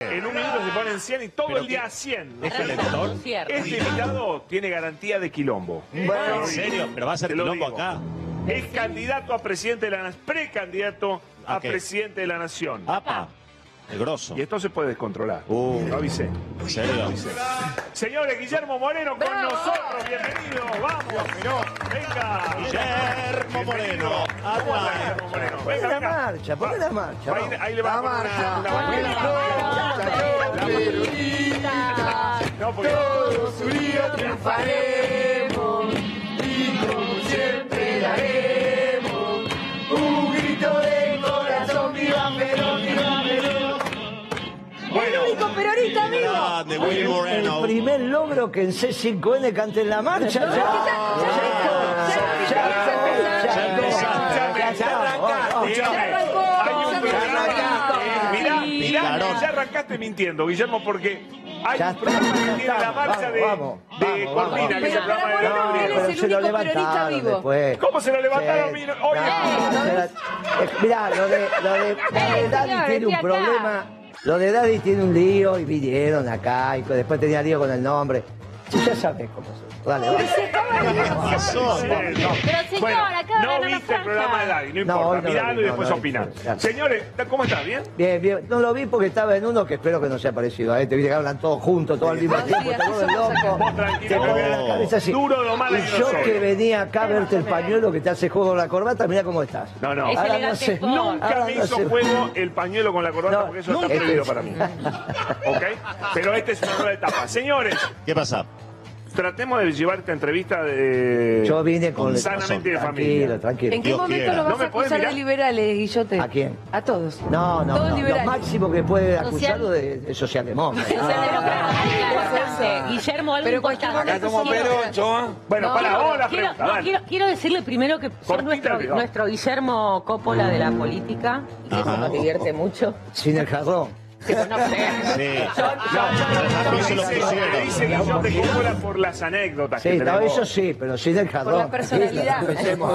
En un minuto se ponen 100 y todo el día 100. ¿Es elector? Este invitado tiene garantía de quilombo. ¿En serio? ¿Pero va a ser Te lo quilombo digo. acá? Es candidato a presidente de la nación, precandidato a ¿A qué? presidente de la nación. ¡Apa! El grosso. Y esto se puede descontrolar. Uh. Lo avisé. ¿En serio? Señores, Guillermo Moreno con nosotros. Bienvenido. Vamos. Venga. Guillermo Moreno. ¿Cómo anda, Apa. Guillermo Moreno? Ponme Venga, la venga. marcha, ponme la marcha. Ahí, ahí le va a la poner una, una marcha. bandera. No, porque- único peronista, amigo. Grande, Willy El Moreno. primer logro que en C5N canten la marcha. ya. ya, Ya, ya, ya, ya empezamos, Ya ya empezaste, estamos. Oh, oh, Digamos, ya. Hay un Ya programa. arrancaste. eh, Mirá, mirá, Pilarón. ya arrancaste mintiendo, Guillermo, porque hay Ya un programa está, que ya tiene la está. marcha Vamos, de, vamos, de vamos, Cortina, vamos. que es el Pero programa de para Moreno, No, Gabriel. él es pero el se lo único peronista levantaron vivo. después. ¿Cómo se lo levantaron? Sí. Mira, hoy- No, se la- eh, Mirá, lo de, lo de, lo de Daddy señor, tiene vení un acá. problema. Lo de Daddy tiene un lío y vinieron acá y después tenía lío con el nombre. Sí, ya sabes cómo se. Dale, Pero vale. se come. Pasó. Sí, no. Pero señor, Bueno, acá no van a la viste el franja. programa de Daddy, no No, importa, hoy no lo miralo vi, y no, después no, opina. ya. Señores, ¿cómo estás? ¿Bien? Bien, bien. No lo vi porque estaba en uno que espero que no sea parecido a este. Viste que hablan todos juntos, todos al mismo Ah, sí, tiempo, así todo el somos acá. loco. Vos tranquilo, Te que pone acá la cabeza así. Duro lo malo que Y no yo soy. que venía acá a verte el pañuelo que te hace juego con la corbata, mirá cómo estás. No, no. Es Ahora no elegante sé. sport. Ah, Nunca no me hizo sé. juego el pañuelo con la corbata No, porque eso nunca. está prohibido para mí. ¿Ok? Pero esta es una nueva etapa. Señores, ¿Qué pasa? tratemos de llevar esta entrevista de... Yo vine con Sanamente de familia. Tranquilo, tranquilo. ¿En qué Dios momento quiera. lo ¿No vas me a podés acusar mirar? de liberales, Guillote? ¿A quién? A todos. No, no, Todos no. Lo liberales. máximo que puede acusarlo Social- de, de socialdemócrata. Ah. Importante. Guillermo, algo Pero importante. cualquier Acá como Quiero- ¿ah? Peroncho. Bueno, No, para quiero- vos la Quiero, pregunta. no, dale. quiero- quiero decirle primero que Cortita, sos nuestro, digamos. nuestro Guillermo Coppola de la política y que eso Ajá. nos divierte mucho. Sin el jarrón. Te conoces. Sí. Me Eso lo dice- pusieron. me dice que yo te cobra por las anécdotas que Sí, no, tenemos. eso sí, pero sin el jarrón. Por la personalidad. Empecemos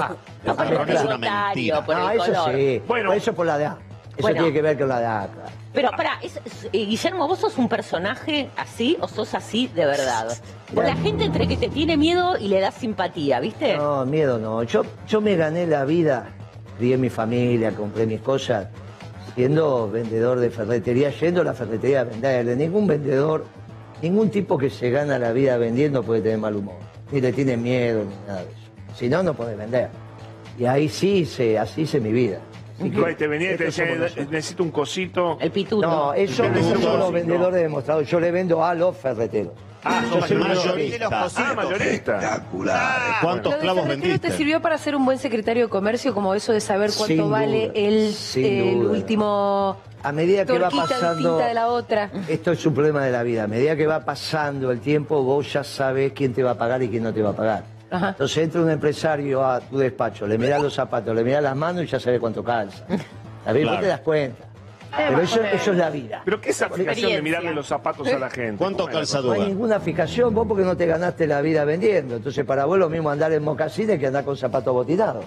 a- El jarrón es una mentira. Por No, el eso color. sí. Bueno. Bueno. Eso por la edad. Eso Bueno. tiene que ver con la edad. claro. Pero pará, es- es- eh, Guillermo, ¿vos sos un personaje así o sos así de verdad? Por la gente entre que te tiene miedo y le das simpatía, ¿viste? No, miedo no. Yo, yo me gané la vida, crié mi familia, compré mis cosas, siendo vendedor de ferretería, yendo a la ferretería a venderle. Ningún vendedor, ningún tipo que se gana la vida vendiendo puede tener mal humor, ni le tiene miedo, ni nada de eso. Si no, no puede vender. Y ahí sí hice, así hice mi vida. Así que Ujú. Te venía y te estos decía, eh, somos nosotros. necesito un cosito. El pituto. No, eso Pero no eso son no. los vendedores de mostrador, yo le vendo a los ferreteros. Ah, Sos sos mayorista. Ah, mayorista. Espectacular. ¿Cuántos Lo del clavos ferretero te vendiste? sirvió para ser un buen secretario de comercio, como eso de saber cuánto Sin vale duda, el, eh, sin el duda. último A medida que va torquita pasando... distinta de la otra. Esto es un problema de la vida. A medida que va pasando el tiempo, vos ya sabes quién te va a pagar y quién no te va a pagar. Ajá. Entonces entra un empresario a tu despacho, le mirás los zapatos, le mirás las manos y ya sabes cuánto calza. ¿Sabés? Vos Claro. te das cuenta. Pero eso, eso es la vida. Pero ¿qué es esa aplicación de Experiencia. mirarle los zapatos a la gente? ¿Cuánto Bueno, calza No hay duda? ninguna fijación vos porque no te ganaste la vida vendiendo. Entonces para vos lo mismo andar en mocasines que andar con zapatos botinados.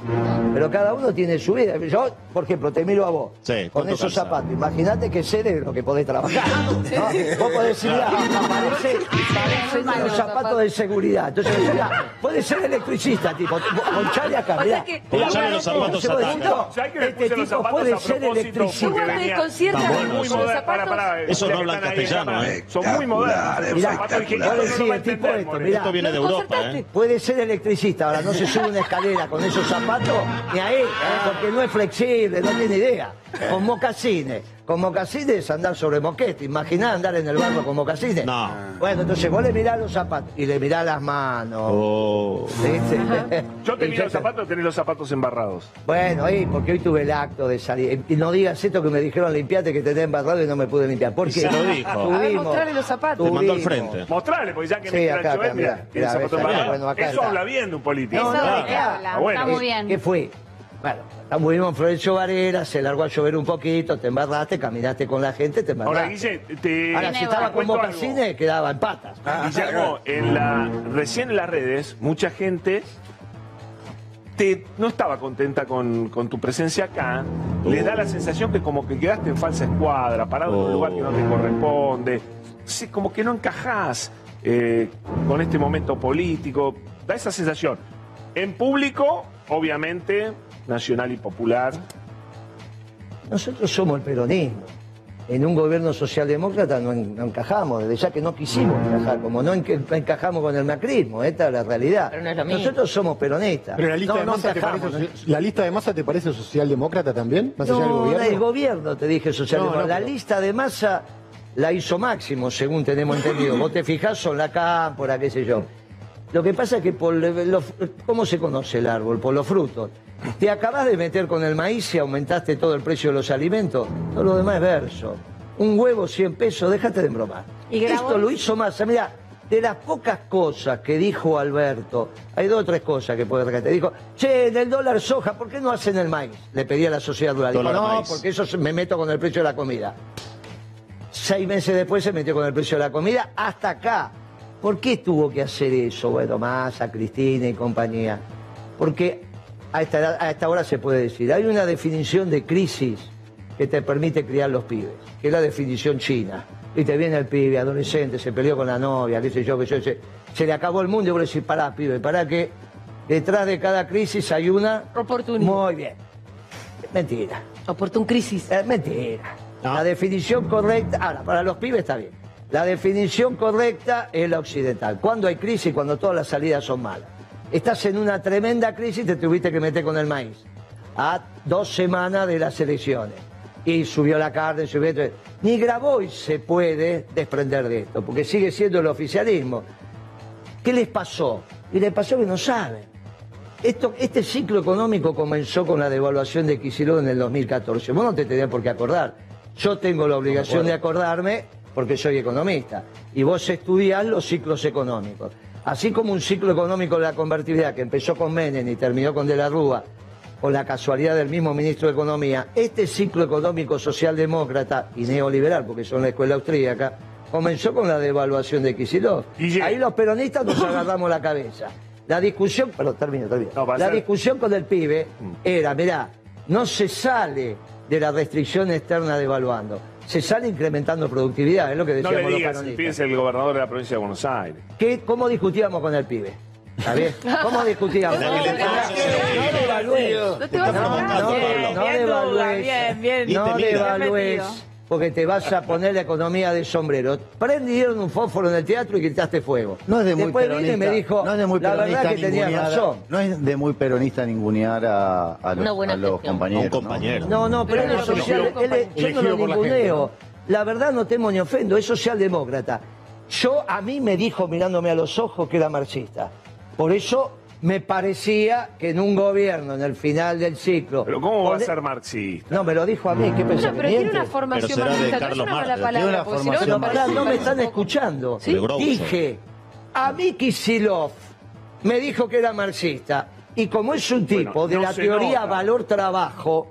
Pero cada uno tiene su vida. Yo, por ejemplo, te miro a vos Sí, con ¿cuánto esos calza? zapatos. Imagínate que sé de lo que podés trabajar. ¿no? Vos podés decir, ah, parece, parecen Hermano, los zapatos zapatos. de seguridad. Entonces vos decís, ah, puede ser electricista, tipo, ponchale acá, O sea mirá. que- Ponchale los zapatos Entonces vos decís, acá. no, ¿Sabés que me Este puse los tipo zapatos puede a ser propósite? electricista. Tú Porque vas de venía- concierto Está con bueno los eso. zapatos. Pará, pará, Eso no ya que hablan están ahí, castellano, llaman. ¿eh? Son muy modernos. Los Mirá, zapatos que vos no lo decís, va a el tipo entender, esto, Moreno. mirá. Esto viene de ¿Lo Europa, concertaste? ¿eh? Puede ser electricista, ahora no se sube una escalera con esos zapatos ni ahí, ¿eh? Ah. porque no es flexible, no tiene idea. Con mocasines. Con mocasines es andar sobre moquete. Imaginá andar en el barro con mocasines. No. Bueno, entonces vos le mirás los zapatos y le mirás las manos. Oh. ¿sí? Sí. Yo te Y miro los zapatos, tenés los zapatos embarrados. Bueno, ahí, porque hoy tuve el acto de salir. Y no digas esto que me dijeron limpiate que te tenés embarrado y no me pude limpiar. Porque se lo dijo. tuvimos- A ver, mostrale los zapatos. Te mandó al tuvimos- frente. Mostrale, porque ya que Sí, me acá, acá, mirá, este, tiene mirá, zapatos ves acá, embarrados. bueno, acá Eso está. habla bien de un político. Eso Ah, de qué habla. ah, bueno. Está muy bien. ¿Qué fue? Bueno, estuvimos en Florencio Varela, se largó a llover un poquito, te embarraste, caminaste con la gente, te embarraste. Ahora, Guille, te. Ahora, si Tiene bueno. estaba con cuento algo. mocasines, quedaba en patas. Guillermo, en la, recién en las redes, mucha gente gente no estaba contenta con, con tu presencia acá. Les da la sensación que como que quedaste en falsa escuadra, parado en un Oh. lugar que no te corresponde. Sí, como que no encajás eh, con este momento político. Da esa sensación. En público, obviamente, nacional y popular. Nosotros somos el peronismo. En un gobierno socialdemócrata no, en- no encajamos, desde ya que no quisimos encajar, como no enca- encajamos con el macrismo, esta es la realidad. Pero no es lo mismo. Nosotros somos peronistas. Pero la lista, no, de no masa te encajamos, parece, no- ¿La lista de masa te parece socialdemócrata también? ¿Más allá del No, gobierno? la del gobierno, te dije socialdemócrata. No, no, la pero- lista de masa la hizo Máximo, según tenemos entendido. Vos te fijás, son la cámpora, qué sé yo. Lo que pasa es que por le- los- ¿cómo se conoce el árbol? Por los frutos. Te acabás de meter con el maíz y aumentaste todo el precio de los alimentos. Todo lo demás es verso. Un huevo, 100 pesos, déjate de bromar. Y Grabois- Esto lo hizo Massa. Mira, de las pocas cosas que dijo Alberto, hay dos o tres cosas que puede rescatar. Dijo, che, del dólar soja, ¿por qué no hacen el maíz? Le pedí a la sociedad rural. Dijo, Dólar no, maíz. porque eso se- me meto con el precio de la comida. Seis meses después se metió con el precio de la comida hasta acá. ¿Por qué tuvo que hacer eso? Bueno, Massa, Cristina y compañía. Porque a esta, edad- a esta hora se puede decir, hay una definición de crisis que te permite criar los pibes, que es la definición china. Y te viene el pibe, adolescente, se peleó con la novia, qué sé yo, qué sé yo, se, se le acabó el mundo y vos decís, pará, pibe, pará que detrás de cada crisis hay una... Oportunidad. Muy bien. Mentira. Oportun crisis. Es mentira. No. La definición correcta, ahora, para los pibes está bien. La definición correcta es la occidental. Cuando hay crisis, cuando todas las salidas son malas. Estás en una tremenda crisis, te tuviste que meter con el maíz. A dos semanas de las elecciones. Y subió la carne, subió... todo. Ni Grabois se puede desprender de esto, porque sigue siendo el oficialismo. ¿Qué les pasó? Y les pasó que no saben. Esto, este ciclo económico comenzó con la devaluación de Kicillof en el 2014. Vos no te tenías por qué acordar. Yo tengo la obligación de acordarme porque soy economista. Y vos estudiás los ciclos económicos. Así como un ciclo económico de la convertibilidad que empezó con Menem y terminó con De la Rúa, con la casualidad del mismo ministro de Economía, este ciclo económico socialdemócrata y neoliberal, porque son la escuela austríaca, comenzó con la devaluación de Kicillof. Y llega- Ahí los peronistas nos agarramos la cabeza. La discusión, perdón, termino, termino. No, va a la ser- discusión con el pibe era, mirá, no se sale de la restricción externa devaluando, se sale incrementando productividad, es lo que No decíamos le los digas, peronistas. piensa el gobernador de la provincia de Buenos Aires. ¿Qué- ¿Cómo discutíamos con el pibe? ¿Está bien? ¿Cómo discutíamos? No, no, devalúes. No te vas a No, enojar. no, Bien, no bien, Duda, devalúes. bien, bien. No Bien metido. devalúes. Porque te vas a poner la economía de sombrero. Prendieron un fósforo en el teatro y gritaste fuego. No es de muy Después peronista. vino y me dijo, no es de muy la peronista verdad que tenía ningunear- razón. No es de muy peronista ningunear a, a Una los, buena a los gestión. compañeros. A un ¿no? compañero. No, no, pero él Pero es no, social, no, no. él es- yo no Elegido lo por la ninguneo. La verdad no temo ni ofendo, es socialdemócrata. Yo, a mí me dijo mirándome a los ojos que era marxista. Por eso me parecía que en un gobierno, en el final del ciclo... Pero ¿cómo va a Pone- ser marxista? No, me lo dijo a mí, ¿qué pensás? No, pero tiene una miente? Pero formación será de marxista, no es Carlos una mala Marx, tiene palabra, una porque si no, formación no Pero pará, parece no me están tampoco. escuchando. Sí. De Groucho. Dije, a mí Kisilov me dijo que era marxista. Y como es un tipo Bueno, de no la se teoría nota. valor-trabajo,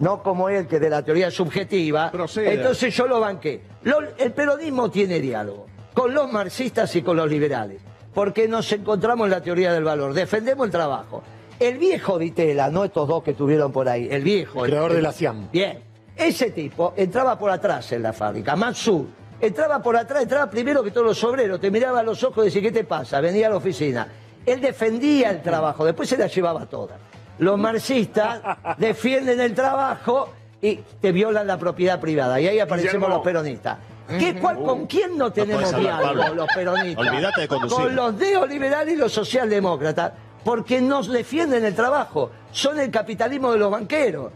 no como él que es de la teoría subjetiva, Proceda. entonces yo lo banqué. Lo- el peronismo tiene diálogo con los marxistas y con los liberales, porque nos encontramos en la teoría del valor, defendemos el trabajo. El viejo Ditela, no estos dos que tuvieron por ahí, el viejo. El creador el- de la SIAM. Bien. Ese tipo entraba por atrás en la fábrica, Mansur. Entraba por atrás, entraba primero que todos los obreros, te miraba a los ojos y decía, ¿qué te pasa? Venía a la oficina. Él defendía el trabajo, después se la llevaba toda. Los marxistas defienden el trabajo y te violan la propiedad privada. Y ahí aparecemos Guillermo. los peronistas. ¿Qué, cuál, ¿Con quién no tenemos podés hablar, diálogo Pablo. los peronistas? Olvídate de conducir. Con los neoliberales y los socialdemócratas, porque nos defienden el trabajo, son el capitalismo de los banqueros.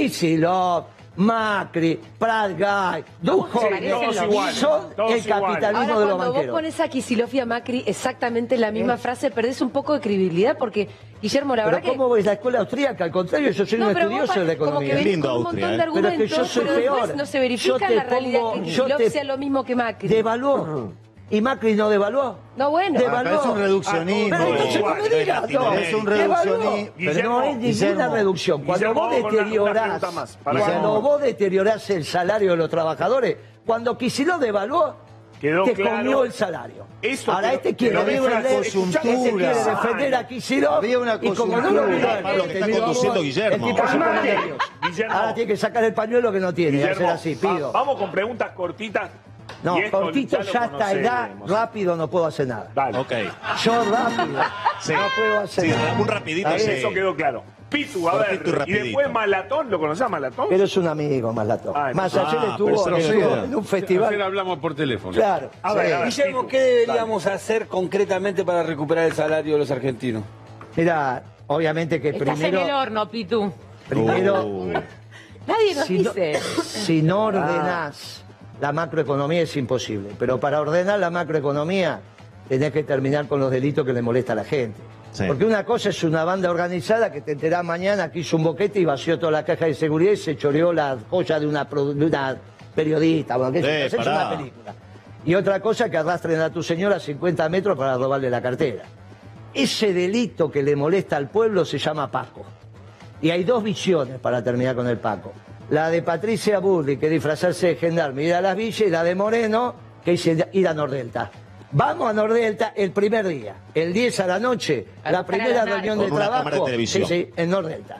Kisilov, Macri, Pradgay, Dujoy, Sí, todos iguales, son todos el iguales. capitalismo Ahora, de los cuando vos banqueros. pones a Kicillof y a Macri exactamente la misma frase, perdés un poco de credibilidad porque, Guillermo, la Pero verdad ¿cómo es la escuela austríaca? Al contrario, yo que... soy un pero vos estudioso de pa- la como que economía. venís Lindo con un montón Austria, de ¿eh? Pero es argumentos, que yo soy pero después peor. no se Yo verifica te la realidad pongo- que yo Kicillof te- sea lo mismo que Macri. Devaluó. ¿Y Macri no devaluó? No, bueno. Ah, Devaluó. pero es un reduccionismo. Ah, Pero entonces no me Igual, digas, no. Es un Devaluó. reduccionismo. Pero no es ninguna Guillermo, reducción. Cuando Guillermo, vos vamos con una- una deteriorás, pregunta más. Para- cuando Guillermo. vos deteriorás el salario de los trabajadores, cuando Kicillof devaluó, Quedó te claro. comió el salario. Eso Ahora quedó- este quiere quedó había una defender, coyuntura. este quiere defender a Kicillof Había una y como no lo coyuntura. mira el Pablo, que está tenido conduciendo voz, Guillermo. el tipo se pone Calmate. nervioso. Guillermo. Ahora Ah, tiene que sacar el pañuelo que no tiene, hacer Guillermo, así, va- pido. vamos con preguntas cortitas. No, Y esto cortito lo ya esta edad, conocemos. rápido no puedo hacer nada. Dale. Ok. Yo rápido Sí. no puedo hacer Sí, nada. un rapidito, Ahí, sí. Eso quedó claro. Pitu, a Cortito y ver. Y rapidito. después Malatón, ¿lo conocés a Malatón? Pero es un amigo, más lato. Ah, más entonces- ayer Ah, pero estuvo, eso no estuvo queda. en un Ayer festival. hablamos por teléfono. Claro. A ver, sí. a ver. Guillermo, ¿qué deberíamos hacer concretamente para recuperar el salario de los argentinos? Mira, obviamente que Estás en el Este Oh. primero, horno, Pitu. primero Nadie nos si no, dice. si no ordenás la macroeconomía es imposible. Pero para ordenar la macroeconomía tenés que terminar con los delitos que le molesta a la gente. Sí. Porque una cosa es una banda organizada que te enterás mañana que hizo un boquete y vació toda la caja de seguridad y se choreó la joya de una, produ- de una periodista. Bueno, qué sé yo, Eh, has hecho pará. una película. Y otra cosa que arrastren a tu señora a 50 metros para robarle la cartera. Ese delito que le molesta al pueblo se llama Paco. Y hay dos visiones para terminar con el Paco. La de Patricia Burri, que disfrazarse de gendarme, ir a las villas, y la de Moreno, que es ir a Nordelta. Vamos a Nordelta el primer día, el 10 a la noche, A la buscar a primera los narcos. reunión de Con una trabajo. cámara de televisión. Sí, sí, en Nordelta.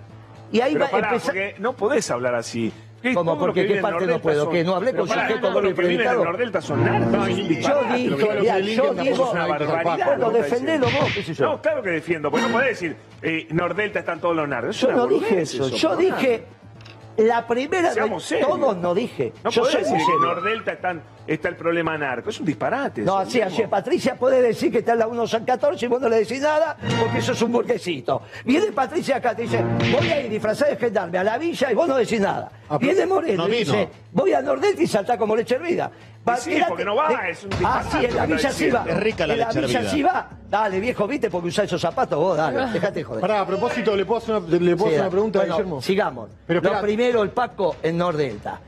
Y ahí Pero va pará, a empezar. porque no podés hablar así. Que ¿Cómo? todo lo Porque que qué vive en parte no Nordelta puedo, son- que no hablé Pero con pará, sujeto todo doble lo que viven en predicado. Nordelta son narcos. es un disparate. Yo dije, Pero mira, que yo lo digo, es una barbaridad. Bueno, lo que está defendelo diciendo. vos, qué sé yo. No, claro que defiendo, porque no podés decir, eh, Nordelta están todos los narcos. Es Yo una no boludez dije eso. Yo ¿no? dije la primera. Seamos serios. Todos no dije. No Yo podés soy decir muy que en serio. Nordelta están, está el problema narco. Es un disparate. Eh, No, eso, así, así. mismo. es. Patricia puede decir que está en la 114 y vos no le decís nada porque eso es un burguesito. Viene Patricia acá, te dice, voy a ir disfrazada de gendarme a la villa y vos no decís nada. Viene Moreno Ah, No y vino. dice, voy a Nordelta y saltá como leche hervida. Pa- sí, quédate- porque no va, de- es un disparate Ah, sí, en la lo que está villa sí va. diciendo. Es rica la en la leche villa hervida. sí va. Dale, viejo, viste, porque usás esos zapatos vos, dale, dejate joder. Pará, a propósito, ¿le puedo hacer una, le puedo Sí, hacer dale. una pregunta, Bueno, Guillermo? Sigamos. Pero Lo espera. primero, el Paco en Nordelta.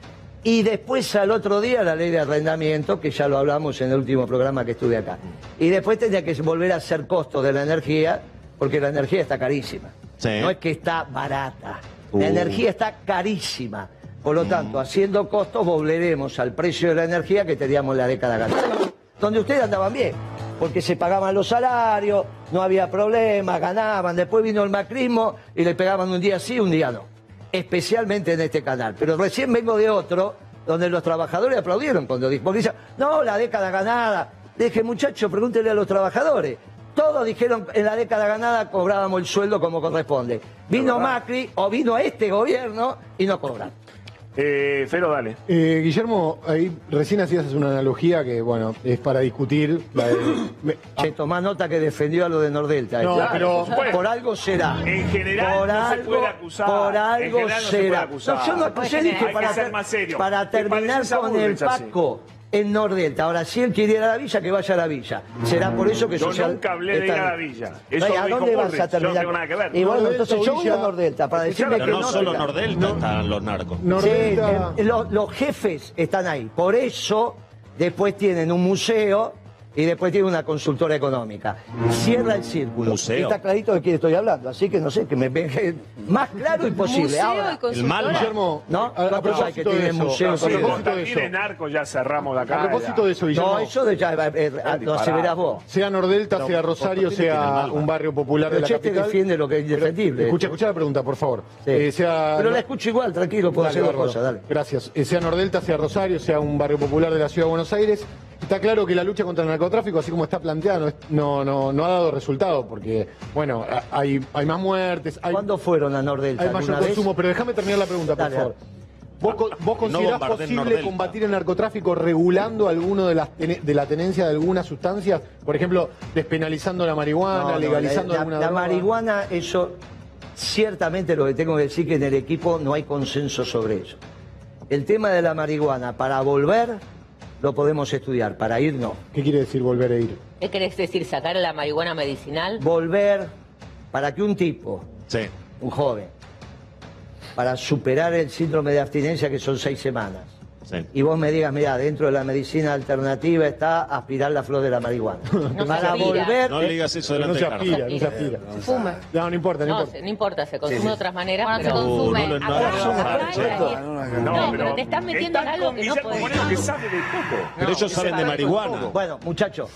Y después al otro día la ley de arrendamiento, que ya lo hablamos en el último programa que estuve acá. Y después tendría que volver a hacer costos de la energía, porque la energía está carísima. Sí. No es que está barata. Uh. La energía está carísima. Por lo tanto, haciendo costos, volveremos al precio de la energía que teníamos en la década ganada. Donde ustedes andaban bien, porque se pagaban los salarios, no había problemas, ganaban. Después vino el macrismo y le pegaban un día sí, un día no. Especialmente en este canal. Pero recién vengo de otro donde los trabajadores aplaudieron cuando dijo, porque dicen, no, la década ganada. Le dije, muchachos, pregúntele a los trabajadores. Todos dijeron en la década ganada cobrábamos el sueldo como corresponde. Vino Macri o vino este gobierno y no cobran. Eh, Fero, dale. Eh, Guillermo, ahí recién hacías una analogía que, bueno, es para discutir. la de- me- Che, tomá nota que defendió a lo de Nordelta. eh. No, Claro, pero- por supuesto. por algo será. En general por no se algo- puede acusar. Por En algo general no se puede será. acusar. yo no Pues, acusé, hay dije, que para, ser ter- más serio. para Te terminar pareces a con el Bullrich, así. Paco en Nordelta. Ahora, si él quiere ir a la villa, que vaya a la villa. Será por eso que Yo social- nunca hablé de ir está a la bien. villa. Eso Ay, lo ¿A dijo dónde vas Bullrich. a Yo terminar? no tengo nada que ver. Y bueno, Nordelta, entonces yo voy a Villa. Nordelta para decirme Pero que no solo está. Nordelta están los narcos. Sí, Nordelta- eh, lo- los jefes están ahí. Por eso después tienen un museo y después tienen una consultora económica. Cierra el círculo. Museo. Está clarito de quién estoy hablando, así que no sé, que me ve más claro imposible. Museo Ahora, y consultora. mal Guillermo, ¿No? a- a, ¿Cuántos hay que propósito de tienen eso, museos? a Sí, propósito de Constantino es eso, narco, ya cerramos la a cara. propósito de eso, Guillermo, no, eso de ya, eh, eh, lo aseverás vos. sea Nordelta, sea Rosario, sea un barrio popular Pero de la Che te capital. defiende lo que es indefendible. Escucha, escucha la pregunta, por favor. Sí. Eh, sea- Pero la escucho igual, tranquilo, puedo Dale, hacer dos bárbaro. cosas, dale. Gracias. Eh, sea Nordelta, sea Rosario, sea un barrio popular de la ciudad de Buenos Aires. Está claro que la lucha contra el narcotráfico, así como está planteada, no, es- no, no, no ha dado resultado, porque, bueno, a- hay, hay más muertes, hay, ¿Cuándo fueron a Nordelta? hay ¿Alguna mayor vez? consumo. Pero déjame terminar la pregunta, por Dale, favor. ¿Vos, co- vos considerás bombardeen posible Nordelta. combatir el narcotráfico regulando alguno de, las tene- de la tenencia de algunas sustancias? Por ejemplo, despenalizando la marihuana, No, no, legalizando la, la- alguna la droga. marihuana, eso, ciertamente lo que tengo que decir que en el equipo no hay consenso sobre eso. El tema de la marihuana, para volver, lo podemos estudiar, para ir no. ¿Qué quiere decir volver a ir? ¿Qué querés decir? ¿Sacar la marihuana medicinal? Volver, para que un tipo, Sí. un joven, para superar el síndrome de abstinencia que son seis semanas, Sí. y vos me digas, mira, dentro de la medicina alternativa está aspirar la flor de la marihuana. No Para se mira. volver, No le digas eso Pero no delante se de Carlos. aspira, no se aspira. Fuma. No, no importa, no No, importa. se- no importa, se consume de otras maneras. Bueno, se pero- No, no consume. lo- no Acá lo- hay- no lo- acá hay- No, pero te estás metiendo en están algo con que no Guillermo podés. Moreno, que sabe de Ah, todo. Pero ellos saben de marihuana. bueno, muchachos,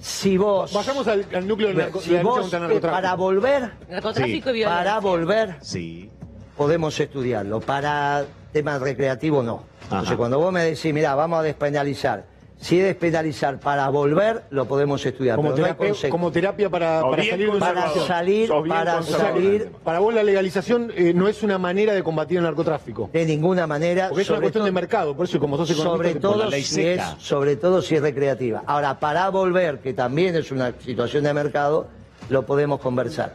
si vos, Vayamos al, al núcleo del narco- si de la lucha vos contra el eh, para narcotráfico. volver, Narcotráfico y violencia. para volver, Sí. podemos estudiarlo. Para temas recreativos, no. Ajá. Entonces, cuando vos me decís, mira, vamos a despenalizar, si es despenalizar para volver, lo podemos estudiar. Como pero no hay terapia, conse- como terapia para, O para bien salir de un conservador. para Salvador. salir, Sos bien para conservador. salir Para vos la legalización eh, no es una manera de combatir el narcotráfico. de ninguna manera. Porque es una sobre cuestión de mercado, por eso como sos economista... sobre te- por todo la ley si es seca. sobre todo si es recreativa ahora para volver que también es una situación de mercado lo podemos conversar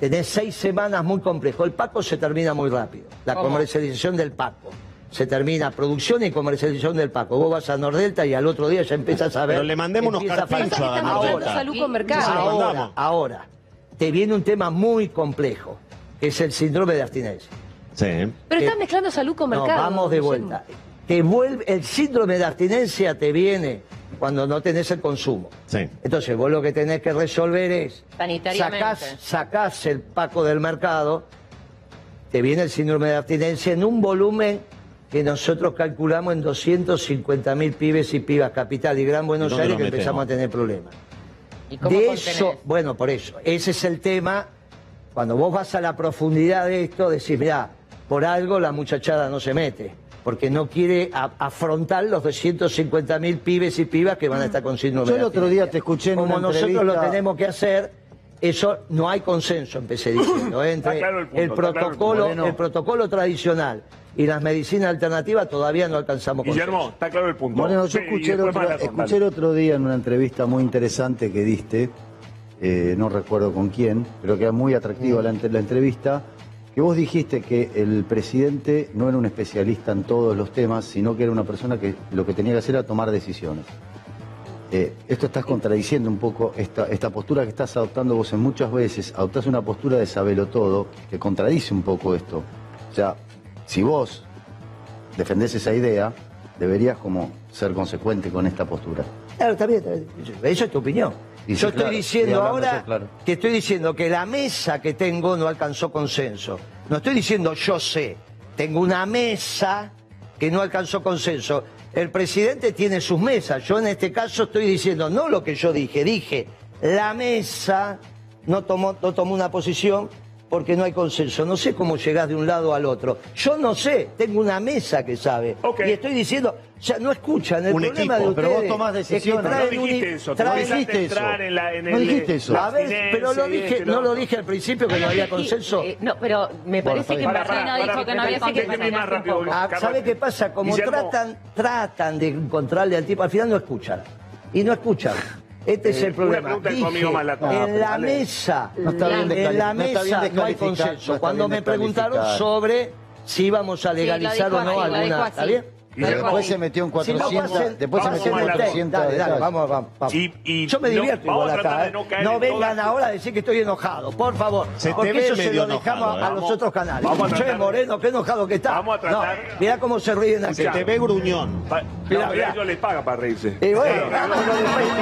tenés seis semanas muy complejo el paco se termina muy rápido la comercialización del paco se termina producción y comercialización del paco vos vas a Nordelta y al otro día ya empiezas a ver Pero le mandemos unos empieza a carpinchos aparecer- a Estamos Ahora. hablando de salud con Se lo mercado. mandamos. ahora, ahora te viene un tema muy complejo que es el síndrome de abstinencia Sí. Pero estás mezclando salud con Eh, no, mercado. vamos de vuelta. Te vuelve, el síndrome de abstinencia te viene cuando no tenés el consumo. Sí. Entonces vos lo que tenés que resolver es Sanitariamente. sacás, sacás el paco del mercado, te viene el síndrome de abstinencia en un volumen que nosotros calculamos en 250 mil pibes y pibas capital y Gran Buenos ¿Dónde Aires los que metemos? empezamos a tener problemas. ¿Y cómo De contenés? eso, bueno, por eso, ese es el tema. Cuando vos vas a la profundidad de esto, decís, mirá, por algo la muchachada no se mete, porque no quiere a- afrontar los 250 mil pibes y pibas que van a estar con síndrome Yo de el otro día abstinencia. te escuché en Como una nosotros lo entrevista- tenemos que hacer, eso no hay consenso, empecé diciendo, ¿eh? entre Está claro el punto, está claro el punto. protocolo, Moreno. el protocolo tradicional y las medicinas alternativas todavía no alcanzamos Guillermo, está claro el punto. Moreno, yo Sí, y escuché el, después otro, más la ronda. escuché el otro día en una entrevista muy interesante que diste, eh, no recuerdo con quién, pero que era muy atractiva Mm. la, entre- la entrevista, que vos dijiste que el presidente no era un especialista en todos los temas, sino que era una persona que lo que tenía que hacer era tomar decisiones. Eh, esto estás contradiciendo un poco esta, esta postura que estás adoptando vos en muchas veces, adoptás una postura de sabelo todo, que contradice un poco esto. O sea, si vos defendés esa idea, deberías como ser consecuente con esta postura. Claro, está bien, está bien. Eso es tu opinión. Y sí, yo estoy claro, estoy diciendo hablando ahora yo, claro. que estoy diciendo que la mesa que tengo no alcanzó consenso. No estoy diciendo yo sé. Tengo una mesa que no alcanzó consenso. El presidente tiene sus mesas. Yo en este caso estoy diciendo no lo que yo dije, dije la mesa no tomó, no tomó una posición porque no hay consenso. No sé cómo llegás de un lado al otro. Yo no sé, tengo una mesa que sabe. Ok. Y estoy diciendo, o sea, no escuchan el Un problema equipo, de pero vos ustedes tomás es que decisiones. No traen un- dijiste eso, te traen- dijiste empezaste a eso. entrar en la en No el- dijiste eso. la a ver, pero lo abstinencia y dije, esto y no lo lo otro. dije al principio que no había consenso. Eh, no, pero Bueno, me parece está que bien. en Para, para, Barcelona dijo para, que no había déjeme sido más fascinante rápido, un poco. Ah, Carlos. ¿Sabe qué pasa? Como Guillermo, tratan, tratan de encontrarle al tipo, al final no escuchan. Y no escuchan. Este es Eh, el una problema. pregunta de Dije, conmigo más la tarde. Ah, en pero la dale. mesa, No está bien en la descalificar, no está bien mesa no hay descalificar, no consenso. está Cuando bien me preguntaron descalificar. sobre si íbamos a Sí, lo legalizar dijo o no así, lo dijo alguna, ¿está así. bien? Y después se metió en Si no 400, pasen- después se metió pasen en el test. 400 Dale, dale, detalles. vamos, vamos, vamos. Y- y Yo me no- divierto vamos igual a tratar acá. de ¿eh? no caer no en vengan todas- ahora a decir que estoy enojado, por favor. Se te porque ve eso se medio lo dejamos enojado, a ¿eh? los otros canales. Vamos a tratar che, de- Moreno, qué enojado que está. Vamos a tratar- No, mirá cómo se ríen aquí. Se te ve gruñón. Pa- Mirá, no, mirá. ellos les paga para reírse. Y bueno,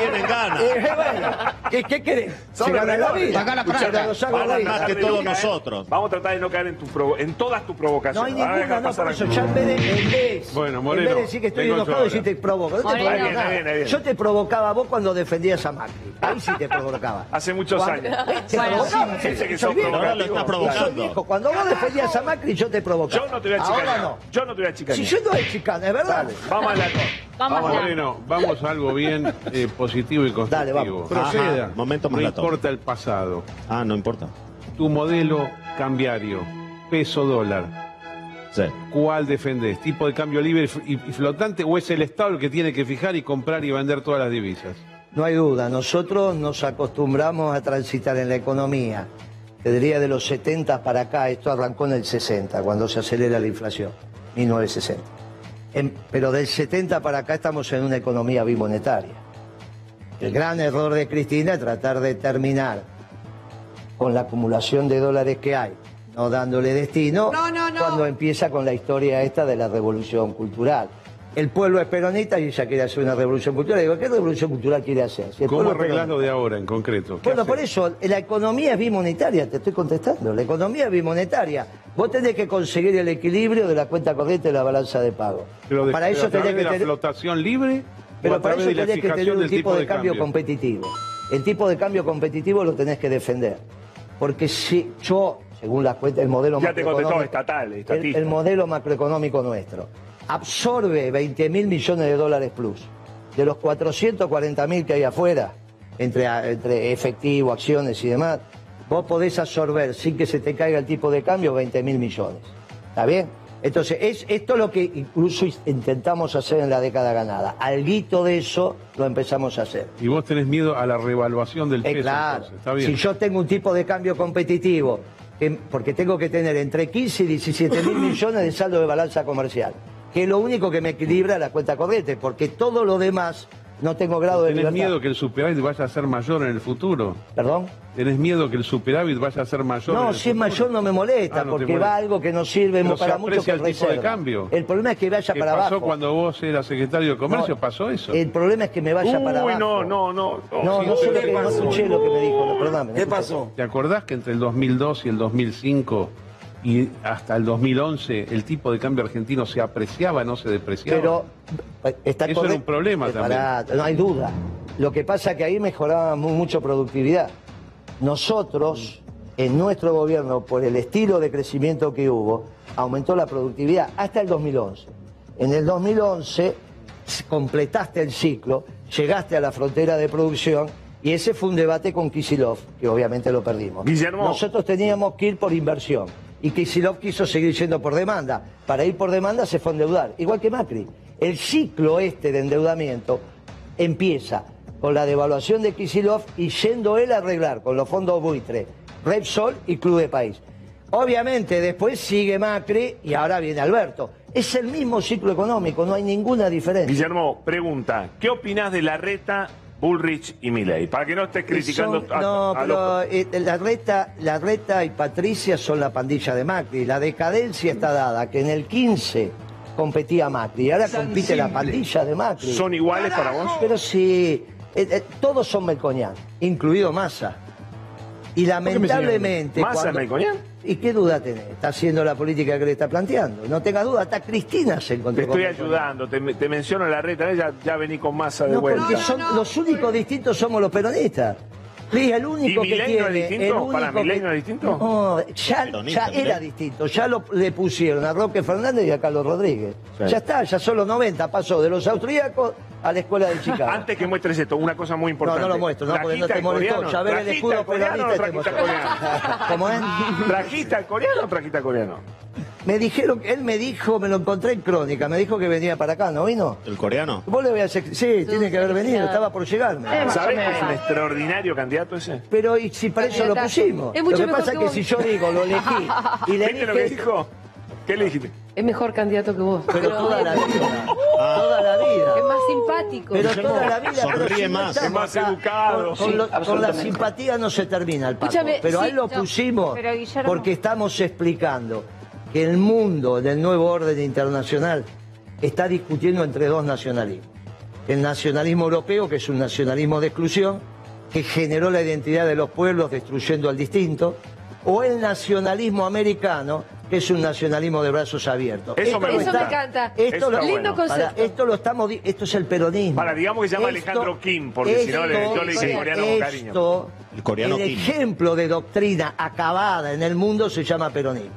Tienen ganas. eh, bueno, ¿qué, ¿qué querés? Son Se gana la regadores. vida. Pagá la Escuchá, plata. los hago Vamos a reír. más que tratar de no todos caer- nosotros. Vamos a tratar de no caer en, tu provo- en todas tus No hay provocaciones. Ahora ninguna, deja no, pasar por la- eso ya en vez de, en vez, Bueno, en Moreno, vez de decir que estoy tengo enojado, otra yo hora. te provoco. No te Moreno. provoco Está bien, está bien, está bien. Yo te provocaba a vos cuando defendías a Macri. Ahí sí te provocaba. Eh, Hace muchos años. Te Bueno, provocaba, sí, sí, que soy sos viejo. Ahora lo está Soy provocando. viejo. Cuando vos defendías a Macri, yo te provocaba. Yo no te voy a chicanear. Ahora no. Yo no te voy a chicanear. Si yo no es chicana, es verdad. Vamos a la Vamos Vamos, allá. Moreno, vamos a algo bien eh, positivo y Dale, constructivo. vamos. Proceda. Ajá, momento más no lato. importa el pasado. Ah, no importa. Tu modelo cambiario, peso dólar, Sí. ¿cuál defendés? ¿Tipo de cambio libre y y flotante o es el Estado el que tiene que fijar y comprar y vender todas las divisas? No hay duda, nosotros nos acostumbramos a transitar en la economía. Te diría de los 70 para acá, esto arrancó en el 60, cuando se acelera la inflación, 1960. En- pero del 70 para acá estamos en una economía bimonetaria. El gran error de Cristina es tratar de terminar con la acumulación de dólares que hay, no dándole destino, No, no, no. cuando empieza con la historia esta de la revolución cultural. el pueblo es peronista y ella quiere hacer una revolución cultural. Digo, ¿qué revolución cultural quiere hacer? Si el ¿Cómo pueblo es arreglás peronista. lo de ahora en concreto? ¿Qué Bueno, haces? por eso, la economía es bimonetaria, te estoy contestando. La economía es bimonetaria. Vos tenés que conseguir el equilibrio de la cuenta corriente y la balanza de pago. Pero de- Para pero eso a través tenés que de la tener- flotación libre o pero a para través eso de la tenés que tener fijación un del tipo de cambio, cambio. competitivo. El tipo de cambio competitivo lo tenés que defender. Porque si yo, según las cuentas, el modelo Ya te contestó, macroeconómico- estatal, el, estatista. el modelo macroeconómico nuestro absorbe 20 mil millones de dólares plus. De los 440 mil que hay afuera, entre, entre efectivo, acciones y demás, vos podés absorber sin que se te caiga el tipo de cambio 20 mil millones. ¿Está bien? Entonces, es, esto es lo que incluso intentamos hacer en la década ganada. Alguito de eso lo empezamos a hacer. Y vos tenés miedo a la revaluación del Eh, peso. claro. entonces, Está bien. Si yo tengo un tipo de cambio competitivo, que- porque tengo que tener entre 15 y 17 mil millones de saldo de balanza comercial, que es lo único que me equilibra la cuenta corriente, porque todo lo demás no tengo grado de ¿Tenés libertad. miedo que el superávit vaya a ser mayor en el futuro? ¿Perdón? ¿Tenés miedo que el superávit vaya a ser mayor? en No, el si es futuro? mayor no me molesta, Ah, no te porque molesta. va algo que no sirve Pero para se mucho que aprecia es el tipo de reserva. cambio. El problema es que vaya ¿Qué para pasó abajo. cuando vos eras secretario de Comercio? No, eh, ¿Pasó eso? El problema es que me vaya para Uy, abajo. no, no, no. No, sí, no, Oh, sí, sé lo ¿qué que- no pasó? escuché lo que me dijo, no, perdóname. no ¿Qué escuché. pasó? ¿Te acordás que entre el 2002 y el 2005 y hasta el 2011 el tipo de cambio argentino se apreciaba, no se depreciaba? Pero eh, está Eso era correcto. un problema Eh, también. pará, no hay duda. Lo que pasa es que ahí mejoraba mu- mucho productividad. Nosotros, en nuestro gobierno, por el estilo de crecimiento que hubo, aumentó la productividad hasta el 2011. En el 2011 s- completaste el ciclo, llegaste a la frontera de producción y ese fue un debate con Kisilov, que obviamente lo perdimos. Guillermo. Nosotros teníamos que ir por inversión. Y Kisilov quiso seguir yendo por demanda. Para ir por demanda se fue a endeudar, igual que Macri. El ciclo este de endeudamiento empieza con la devaluación de Kisilov y yendo él a arreglar con los fondos buitre, Repsol y Club de País. Obviamente después sigue Macri y ahora viene Alberto. Es el mismo ciclo económico, no hay ninguna diferencia. Guillermo, pregunta, ¿qué opinás de la reta Bullrich y Milei? Para que no estés criticando Y son- a, no, a pero los... eh, la reta, la reta y Patricia son la pandilla de Macri. La decadencia está dada, que en el 15 competía Macri. y Ahora compite la pandilla de Macri. ¿Son iguales para vos? Pero sí, eh, eh, todos son melconianos, incluido Massa. Y me señalan? lamentablemente... ¿Massa es cuando- melconiano? ¿Y qué duda tenés? Está haciendo la política que le está planteando. No tenga duda, hasta Cristina se encontró Te estoy con melconianos. ayudando, te, te menciono la reta, ya, ya vení con masa de No, vuelta. porque son, los únicos distintos somos los peronistas. Lee, el único ¿Y que Milei no tiene. es distinto? el único ¿Para, que- Milei no es distinto? No, ya, Peronista, ya era Milei. distinto. Ya lo, le pusieron a Roque Fernández y a Carlos Rodríguez. Ya está, ya son los 90. Pasó de los austríacos a la escuela de Chicago. Antes que muestres esto, una cosa muy importante. No, no lo muestro, no, porque no ¿Trajiste te al molestó. coreano? Ya ver el ¿Trajiste escudo al coreano peronista o y te trajiste al molestó. coreano? ¿Cómo es? ¿Trajiste al coreano o trajiste al coreano? Me dijeron, él me dijo, me lo encontré en Crónica, me dijo que venía para acá, ¿no vino? ¿El coreano? Vos le voy a decir, sí, tiene que haber venido, estaba por llegarme. ¿Sabés que es un extraordinario candidato ese? Pero y si para eso lo Candidatazo. pusimos. Es mucho lo que mejor pasa que es que vos. si yo digo, lo elegí y le ¿Viste dije, lo que dijo? ¿Qué le dijiste? Es mejor candidato que vos. pero toda la vida, toda la Es vida. más simpático. Pero toda la vida, Sonríe pero si no más, estamos es más acá, educado. Con, con lo- con la simpatía no se termina el paso. Escúchame, Pero sí, ahí no, lo pusimos pero Guillermo- porque estamos explicando que el mundo del nuevo orden internacional está discutiendo entre dos nacionalismos. El nacionalismo europeo, que es un nacionalismo de exclusión, que generó la identidad de los pueblos destruyendo al distinto, o el nacionalismo americano, que es un nacionalismo de brazos abiertos. Eso me Eso gusta. me encanta. Eso Esto, lo, está Lindo bueno. Pará, concepto. esto lo estamos di- esto es el peronismo. Para, digamos que se llama Alejandro Kim, porque si no le- yo le dije esto- coreano con cariño. esto, El coreano el Kim. ejemplo de doctrina acabada en el mundo se llama peronismo.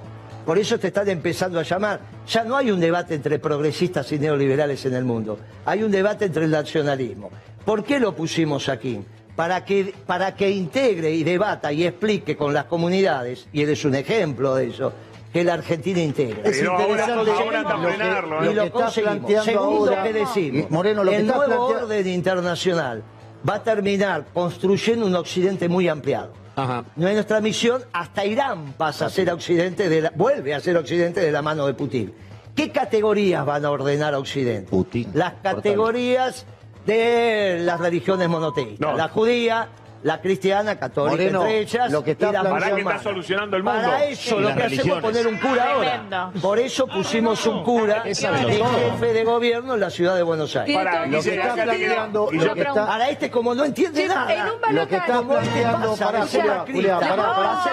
Por eso te están empezando a llamar. Ya no hay un debate entre progresistas y neoliberales en el mundo. Hay un debate entre el nacionalismo. ¿Por qué lo pusimos aquí? Para que, para que integre y debata y explique con las comunidades, y él es un ejemplo de eso, que la Argentina integre. Es Pero ahora- interesante ahora está lo que- frenarlo, Y lo ¿eh? lo que estás conseguimos. planteando Segundo ahora, que decimos, Moreno, lo que el estás nuevo planteando- orden internacional va a terminar construyendo un occidente muy ampliado. Ajá. No es nuestra misión, hasta Irán pasa a ser occidente, de la- vuelve a ser occidente de la mano de Putin. ¿Qué categorías van a ordenar a Occidente? Putin. Las categorías de las religiones monoteístas. No. La judía, la cristiana católica Moreno, entre ellas lo que está y la planteando- Para que está musulmana. solucionando el mundo. Para eso Y lo las que hacemos es religiones. poner un cura ahora. Tremendo. Por eso pusimos un cura de Esa es lo todo. jefe de gobierno en la ciudad de Buenos Aires. Para, Tiene todo y se- el acá sentido. te quedo- y Una yo- que está- pregunta. Ahora este como no entiende Sí, nada. en un balotaje. Lo que está ¿Cómo te planteando pasa, para Julia, Julia, Julia, Cristian? para, para. No,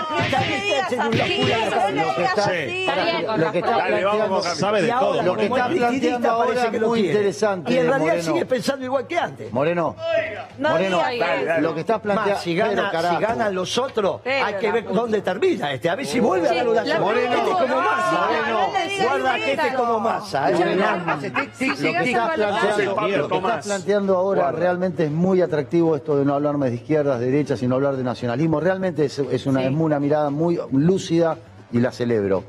Lo que está- Está bien, con Lo que está razón. Dale, vamos, planteando- Javi. Sabe de Y ahora, todo. lo que como Moreno. está es liquidista, planteando ahora parece es que lo muy quiere. interesante, Y en realidad Moreno. sigue pensando igual que antes. Moreno, No Moreno, digas Dale, dale. lo que estás planteando. Más, si, gana, si ganan los otros, Pero hay que la ver puta. dónde termina este. A ver si vuelve a ganar una la chapa. Moreno, Este es como no, masa. Moreno, Guarda que este es como masa. ¿eh? Ya, Moreno. no, no. Si lo que estás llegas a Soy planteando, balotaje, Pablo lo que Tomás. estás planteando ahora realmente es muy atractivo esto de no hablar más de izquierdas, derechas, sino hablar de nacionalismo. Realmente es, es una, es una mirada muy lúcida y la celebro.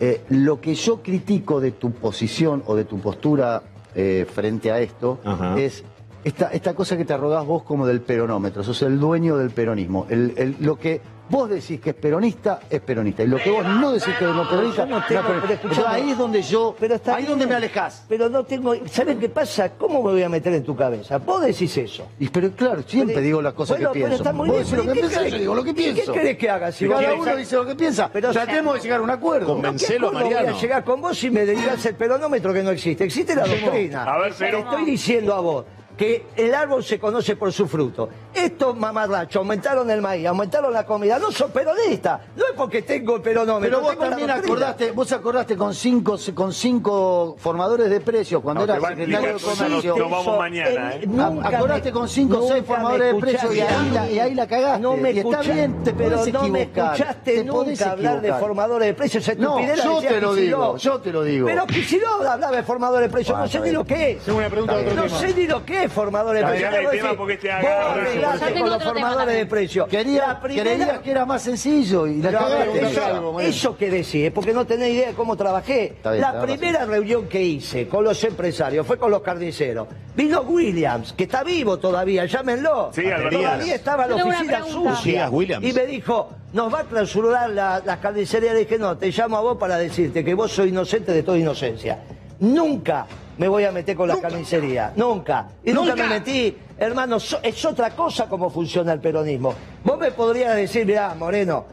Eh, lo que yo critico de tu posición o de tu postura eh, frente a esto Ajá. es esta, esta cosa que te arrogás vos como del peronómetro. Sos el dueño del peronismo. El- el- lo que vos decís que es peronista, es peronista. Y lo que vos no decís que no es peronista, Yo no no es tengo- peronista. pero escuchame. Entonces, ahí es donde yo... Pero está ahí es bien. donde me alejás. Pero no tengo. ¿Saben qué pasa? ¿Cómo me voy a meter en tu cabeza? Vos decís eso. Y pero claro, siempre Pero- digo las cosas bueno, que pero pienso. está muy Vos bien, decís lo pero que ¿qué pensás, crees? yo digo lo que ¿Y pienso. ¿Qué querés que haga? Si Y cada vos- uno dice lo que piensa. Pero, o sea, Tratemos de llegar a un acuerdo. ¿A qué Convencelo a acuerdo Mariano. Voy a llegar con vos si me dedicas el peronómetro que no existe. Existe la doctrina. A ver, Te pero- estoy diciendo a vos que el árbol se conoce por su fruto. Estos mamarrachos aumentaron el maíz, aumentaron la comida. No son peronistas. No es porque tengo el peronómetro. Pero vos tengo la también doctrina. acordaste, vos acordaste con cinco, con cinco formadores de precios cuando No, te eras va a secretario de explicar todo eso, comercio. no, no, vamos Eso, mañana, ¿eh? nunca me- acordaste con cinco o seis nunca me formadores de precios y ahí, escuchaste. la, y ahí la cagaste. No me y está escuchaste, bien, te pero podés no me equivocar, escuchaste te podés nunca hablar de equivocar. formadores de precios. esa No, estupidez la yo decía te lo Kicillof. digo, yo te lo digo. Pero Kicillof hablaba de formadores de precios, Bueno, no sé está ni bien. lo que es. Tengo una pregunta de otro No tema. sé ni lo que es formadores de Cambiame de precios. Te voy a tema decir, porque este vos agarra otro arreglaste tema. con Yo los tengo otro formadores tema de precios. Quería, La primera- creías que era más sencillo y la Pero, cagaste. pero, eso, Preguntale algo, Mariano. eso que decís, eh, porque no tenés idea de cómo trabajé. Está bien, la tenés primera reunión que hice con los empresarios fue con los carniceros. Vino Williams, que está vivo todavía, llámenlo. Sí, Alberías. todavía estaba la Tengo una oficina pregunta. sucia. Díaz Williams. Y me dijo, nos va a clausurar la, las carnicerías. Le dije, no, te llamo a vos para decirte que vos sos inocente de toda inocencia. Nunca me voy a meter con las carnicerías. Nunca. Y nunca, me metí. Hermano, so- es otra cosa cómo funciona el peronismo. Vos me podrías decir, mirá, Moreno,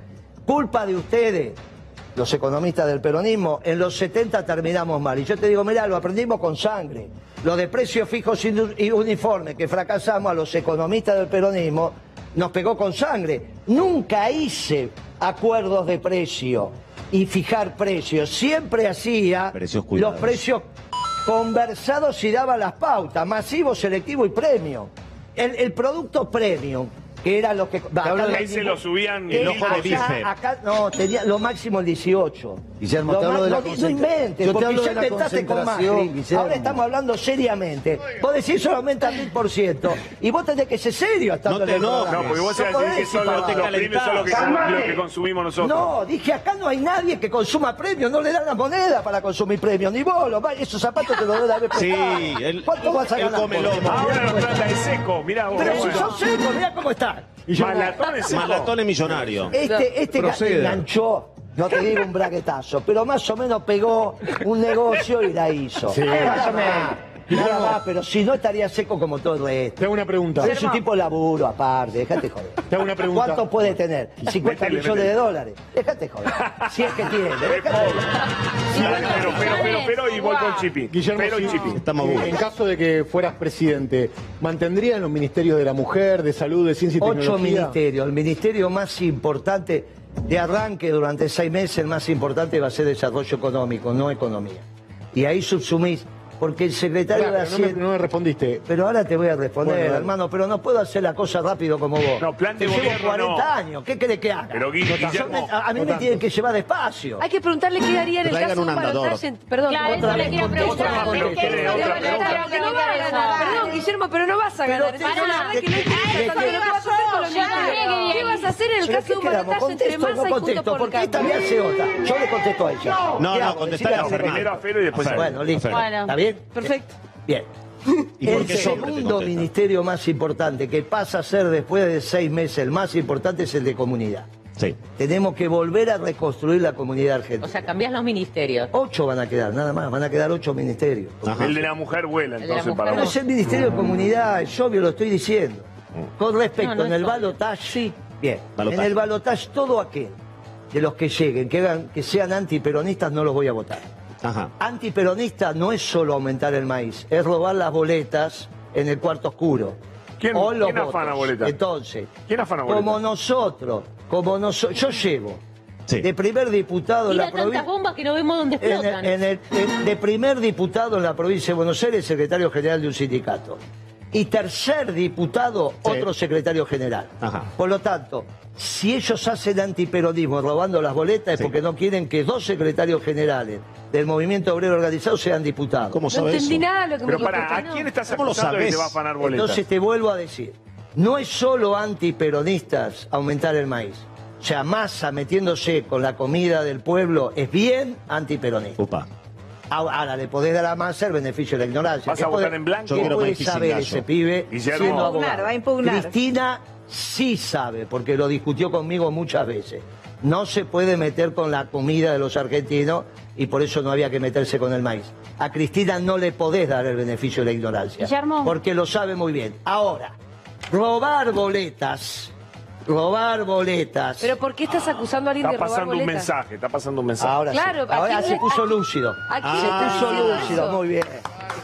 culpa de ustedes, los economistas del peronismo, en los 70 terminamos mal. Y yo te digo, mirá, lo aprendimos con sangre. Lo de precios fijos y nu- y uniformes que fracasamos a los economistas del peronismo, nos pegó con sangre. Nunca hice acuerdos de precio y fijar precios. Siempre hacía Precios cuidados. los precios conversados y daba las pautas, masivo, selectivo y premio. El, el producto premium, que era lo que... Acá hablo no de- hay Ahí se ningún- lo subían eh, el ojo de acá- bife. Acá, no, tenía lo máximo el 18. Guillermo, Lo te hablo ma- de la no, no concentra- inventes, Yo te porque hablo ya de la intentaste con concentración, Macri. Guillermo. Ahora estamos hablando seriamente. Vos decís eso aumenta mil por ciento. Y vos tenés que ser serio estando No te en el enojes. No, programa. porque vos No sabés podés que ir son para los, abajo. los premios son los que, los que consumimos nosotros. No, dije, acá no hay nadie que consuma premios, no le dan la moneda para consumir premios, ni vos, los, ba- esos zapatos te los doy la vez Sí, prestada. él- ¿Cuánto vas a él ganar? come por lomo. semana? Ahora lo trata de seco, mirá vos. Pero si Bueno. son secos, mirá cómo están. Malatón es seco. Malatón es millonario. Este, este ga- Proceda. enganchó, no te digo un braguetazo, pero más o menos pegó un negocio y la hizo. Nada más, nada más, pero si no estaría seco como todo el resto. Tengo una pregunta. Es un tipo de laburo aparte, déjate joder. Te hago una pregunta. ¿Cuánto puede tener? 50 Métele, millones métele. de dólares. Déjate joder. Si es que tiene. Es déjate pobre. joder. Pero, pero, pero, pero, y voy con Chipi. Guillermo, Pero y si- Chipi. Estamos eh, buenos. en caso de que fueras presidente, ¿mantendrían los ministerios de la mujer, de salud, de ciencia y Ocho tecnología? ministerios. El ministerio más importante de arranque durante seis meses, el más importante va a ser desarrollo económico, no economía. Y ahí subsumís, porque el secretario Claro, de pero no, me, Hacienda... no me respondiste. Pero ahora te voy a responder, Bueno, dale. hermano, pero no puedo hacer la cosa rápido como vos. No, plan de Te llevo gobierno 40 no. años, ¿qué querés que haga? Pero, Gui- Yo me- Guillermo, a, a mí me tienen que llevar despacio. Hay que preguntarle qué haría en el Traigan caso de un un andador. balotaje. en- Perdón, Claro, otra eso le vez. quiero preguntar. Otra, pero ¿Por qué quiere otra no le pregunta. preguntaron Pero no qué vas a quería ganar. ganar? Perdón, Guillermo, pero no vas a ganar. te- Pará, no, la verdad te- que no hay que te- tanto, pero ¿qué vas a hacer con los Ya militares? llegué. ¿Qué vas a hacer en el ¿Pero caso de qué un quedamos? balotaje entre ¿Contesto o no masa y junto contesto? por Porque esta cambio? me hace otra. Yo le contesto a ella. No, ¿Qué no, hago? contestale Decime a Fernando. Primero a Fero y después a Bueno, listo. Bueno. ¿Está bien? Perfecto. Bien. ¿Y por el qué siempre te segundo contesta? ministerio más importante, que pasa a ser después de seis meses el más importante, es el de comunidad. Sí. Tenemos que volver a reconstruir la comunidad argentina. O sea, cambiás los ministerios. Ocho van a quedar, nada más, van a quedar ocho ministerios. Ajá. El de la mujer vuela, de la entonces, mujer para Pero vos. es el Ministerio de Comunidad, es obvio, lo estoy diciendo. Mm. Con No, respecto, no en es el obvio. balotaje, bien, Balotaje. en el balotaje todo aquel de los que lleguen, que, hagan- que sean antiperonistas, no los voy a votar. Ajá. Antiperonista no es solo aumentar el maíz, es robar las boletas en el cuarto oscuro. ¿Quién- O los quién afana votos. boletas? Entonces, ¿Quién afana como boletas? nosotros, como nosotros, yo llevo Sí. de primer diputado en Tira la tantas provincia. bombas que no vemos dónde En el- explotan. en el- en- de primer diputado en la provincia de Buenos Aires, secretario general de un sindicato. Y tercer diputado, otro secretario general. Ajá. Por lo tanto, si ellos hacen antiperonismo robando las boletas es Sí. porque no quieren que dos secretarios generales del movimiento obrero organizado sean diputados. ¿Cómo No sabe entendí eso? nada de lo que Pero me dijiste, para, ¿a no. quién estás ¿Cómo lo acusando de que sabés? te va a afanar boletas? Entonces te vuelvo a decir, no es solo antiperonistas aumentar el maíz. O sea, masa metiéndose con la comida del pueblo es bien antiperonista. Upa. Ahora le podés dar a Massa el beneficio de la ignorancia. ¿Vas ¿Qué a votar puede- en blanco? Yo ¿Qué quiero puede Maifis saber Ingallo. ese pibe Guillermo. siendo Va a abogado? impugnar, va a impugnar. Cristina sí sabe, porque lo discutió conmigo muchas veces. No se puede meter con la comida de los argentinos y por eso no había que meterse con el maíz. A Cristina no le podés dar el beneficio de la ignorancia. Guillermo. Porque lo sabe muy bien. Ahora, robar boletas, robar boletas. Pero ¿por qué estás acusando a alguien Está de robar pasando un boletas? mensaje, está pasando un mensaje. ahora sí. Claro, ¿a ahora quién se le- puso a- lúcido. ¿A quién Ah, le estás Se puso diciendo lúcido, eso? muy bien.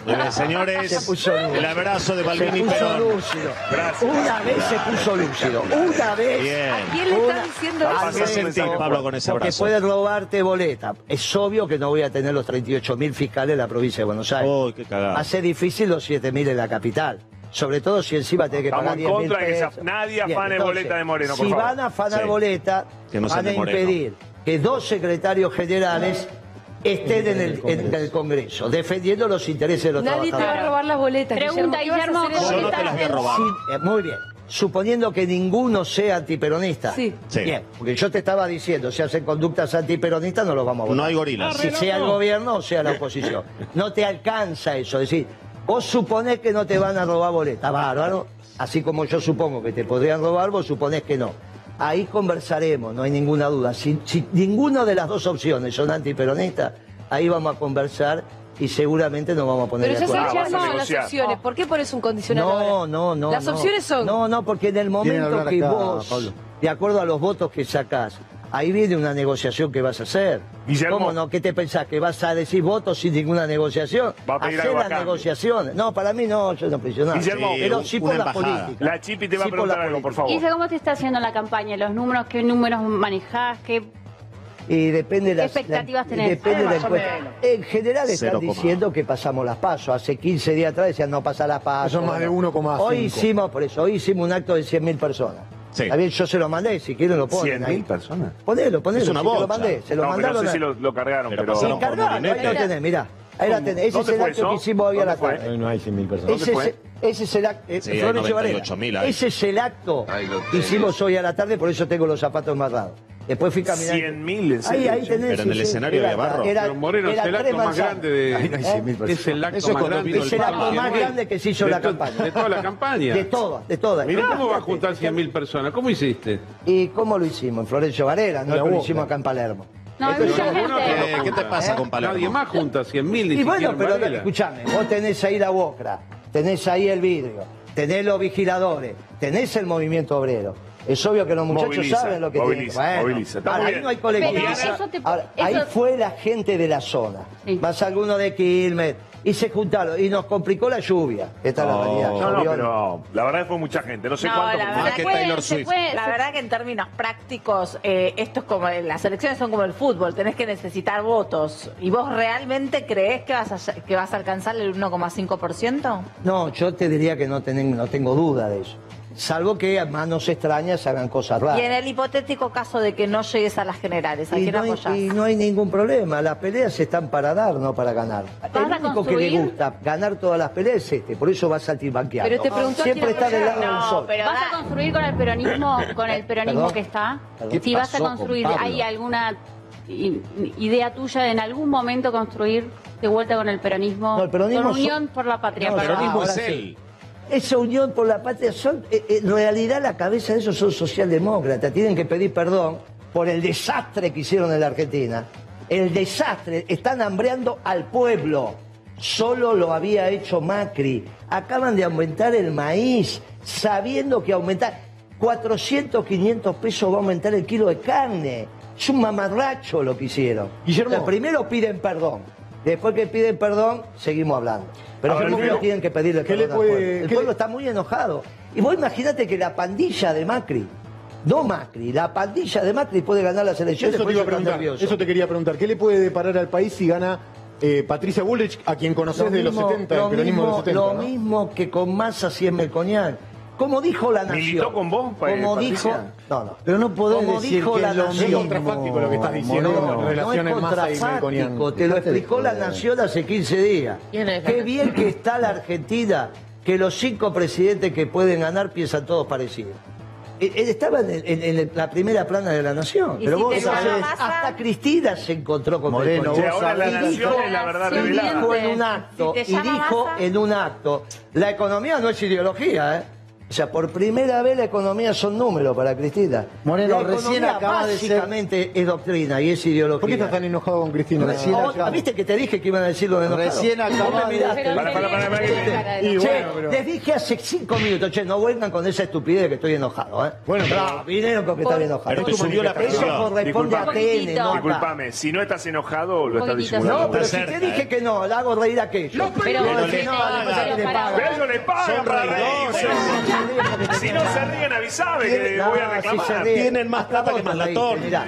Muy bien, Se señores, puso luz. el abrazo de Se Balvini puso Perón. lúcido. Gracias. Una vez se puso lúcido. Una vez. Bien. ¿A quién le Una- estás diciendo Ah, eso? ¿Qué Pasó un sentís, mensaje. Pablo, con ese Porque abrazo? puede robarte boleta. Es obvio que no voy a tener los 38.000 fiscales en la provincia de Buenos Aires. Uy, qué cagada. Hace difícil los 7.000 en la capital. Sobre todo si encima tiene que Estamos pagar en 10.000 contra de que se- pesos. nadie afane boleta de Moreno, por Si favor. van a afanar Sí. boleta, Que no sean van a de Moreno. impedir que dos secretarios generales estén en el, en el Congreso, defendiendo los intereses de los Nadie te va trabajadores. a robar las boletas. Pregunta, Guillermo, ¿qué vas a hacer Yo en no te la las voy a boleta? robar. Sí, eh, muy bien. Suponiendo que ninguno sea antiperonista. Sí. Sí. Bien, porque yo te estaba diciendo, si hacen conductas antiperonistas no los vamos a votar. No hay gorilas. Si sea el gobierno o sea la oposición. No te alcanza eso. Es decir, vos suponés que no te van a robar boleta. Bárbaro. Así como yo supongo que te podrían robar, vos suponés que no. Ahí conversaremos, no hay ninguna duda. Si, si ninguna de las dos opciones son antiperonistas, ahí vamos a conversar y seguramente nos vamos a poner Pero de ya acuerdo. Ah, vas a sabes cuáles son las negociar. opciones. ¿Por qué pones un condicional No, ahora? no, no. Las no. opciones son... No, no, porque en el momento hablar que acá, vos, Pablo. de acuerdo a los votos que sacás, ahí viene una negociación que vas a hacer. Guillermo. ¿Cómo no? ¿Qué te pensás? ¿Que vas a decir votos sin ninguna negociación? Va a pedir Hacé algo a las cambio. negociaciones. No, para mí no, yo no presionaba. Guillermo, pero un- sí por una la embajada. política. La Chipi te va a Sí por la preguntar algo, por política. favor. Guille, ¿cómo te está haciendo la campaña? ¿Los números? ¿Qué números manejás? ¿Qué Y depende de las ¿Qué expectativas la- tenés? Depende Ah, de la más o encuesta. menos. En general están Cero coma. diciendo que pasamos las pasos. Hace 15 días atrás decían no pasar las pasos. Eso es más de 1,5. Hoy hicimos, por eso, hoy hicimos un acto de 100.000 personas. Sí. Está bien, yo se lo mandé, si quieren lo ponen. ahí. 100.000 personas. Ponelo, ponelo. Es una sí, te lo bocha. mandé, se lo No, pero no mandaron. sé a- si lo, lo cargaron, Pero pero. pasaron No, por Cargá, ahí lo Molinete. tenés, mirá. Ahí la tenés. Ese es ¿Dónde el fue acto eso? que hicimos hoy a la ¿Dónde fue? tarde. Hoy no hay 100.000 personas. Ese es, fue? ese es el acto. Sí, hay 98.000 ahí. ese es el acto que himos hoy a la tarde, por eso tengo los zapatos amarrados. Después fui caminando. 100.000 en Ahí, ahí serio. tenés. Pero en sí, el sí, escenario era- había barro. era- Pero Moreno, era es el tres acto más manzanas. grande de. Ahí no hay ¿Eh? 100.000 personas. Es el acto Eso es más cuando grande. vino del el Papa. acto más grande que se hizo De la to- campaña. De toda la campaña. De todas, de todas. Mirá cómo va a juntar 100.000 personas. ¿Cómo hiciste? ¿Y cómo lo hicimos? En Florencio Varela, no La lo boca. hicimos acá en Palermo. No, hay mucha Pero no, gente. no, no. Eh, ¿Qué te pasa con Palermo? Nadie más junta 100.000 ni Y siquiera bueno, en pero Varela. escúchame, vos tenés ahí la bocra, tenés ahí el vidrio, tenés los vigiladores, tenés el movimiento obrero. Es obvio que los muchachos Moviliza, saben lo que moviliza, tienen. moviliza, está muy ahí bien. no hay colectividad. Pero eso te- Ahora, eso- Ahí fue la gente de la zona, Sí. más algunos de Quilmes, y se juntaron, y nos complicó la lluvia. Esta es la realidad. No, no, Llovió. pero la verdad fue mucha gente. No sé No, cuánto. Ah, la pero- verdad que fue- Taylor se Swift. fue- La se- verdad que en términos prácticos, eh, esto es como las elecciones son como el fútbol, tenés que necesitar votos. ¿Y vos realmente crees que vas a, que vas a alcanzar el 1,5%? No, yo te diría que no, tenen- no tengo duda de eso. Salvo que a manos extrañas hagan cosas raras. Y en el hipotético caso de que no llegues a las generales, ¿a Y quién no, apoyás? hay, y no hay ningún problema, las peleas están para dar, no para ganar. a El único que le construir? gusta ganar todas las peleas es este, por eso va saltimbanqueado. Pero te preguntó Siempre a quién está del lado del No, sol. pero ¿Vas a da- construir con el peronismo, con el peronismo Perdón. que está? Perdón. Si ¿Qué vas a pasó con construir, Pablo? ¿hay alguna i- idea tuya de en algún momento construir de vuelta con el peronismo? No, el peronismo con so- unión por la patria. No, perdón. el Peronismo Ah, ahora es sí. él. Esa unión por la patria son, eh, en realidad la cabeza de esos son socialdemócratas, tienen que pedir perdón por el desastre que hicieron en la Argentina. El desastre, están hambreando al pueblo. Solo lo había hecho Macri. Acaban de aumentar el maíz, sabiendo que aumentar 400, 500 pesos va a aumentar el kilo de carne. Es un mamarracho lo que hicieron. O sea, primero piden perdón. Después que piden perdón, seguimos hablando. Pero A ver, primero Guido, tienen que pedirle ¿qué le perdón. al puede- pueblo. El qué le- pueblo está muy enojado. Y vos imagínate que la pandilla de Macri, no Macri, la pandilla de Macri puede ganar las elecciones. Eso te por iba a están preguntar. nerviosos. Eso te quería preguntar. ¿Qué le puede deparar al país si gana eh, Patricia Bullrich, a quien conoces de los mismo- 70, lo el peronismo mismo, de los lo 70? ¿no? mismo que con Massa siempre Melconian. Como dijo la nación. ¿Militó con vos, pa- Como Patricia? dijo. No, no. Pero no podés Como decir dijo que la es lo nación. mismo. Es contrafáctico lo que estás diciendo Moreno. con No es relaciones Massa y Melconian. contrafáctico, Te lo Dejate de explicó la joder. nación hace 15 días. ¿Quién es? Qué bien que está la Argentina, que los cinco presidentes que pueden ganar piensan todos parecidos. Eh, eh, Estaban en, en- en la primera plana de la nación. Y Pero si vos te gana sabés- Massa- hasta Cristina se encontró con Moreno, Melconian. vos sabés- Y dijo- y dijo en un acto, Si te y llama dijo Massa- en un acto, la economía no es ideología, ¿eh? O sea, por primera vez la economía son números para Cristina. Moreno, la economía recién acaba de ser- básicamente es doctrina y es ideología. ¿Por qué estás tan enojado con Cristina? Recién Ah, acaba- ¿Viste que te dije que iban a decir lo de enojado? Recién Vos me acaba de- miraste. Pero Pará, pará, pará, pará, que- Che, y bueno, pero- Les dije hace cinco minutos, che, no vuelvan con esa estupidez que estoy enojado, ¿eh? Bueno, pero- vinieron con que están enojados. Pero te subió la presión. Eso corresponde a TN, no acá. Disculpame, si no estás enojado, lo estás Poquitito, disimulando. No, pero si te dije que no, la hago reír a aquello. Pero Vos ellos decís, les no, pagan. no, no, le pagan. Pero ellos les pagan Son para reidores. reírse. Si no se ríen, avisame que No, voy a si se reclamar. ríen. Vos te reíste, mirá.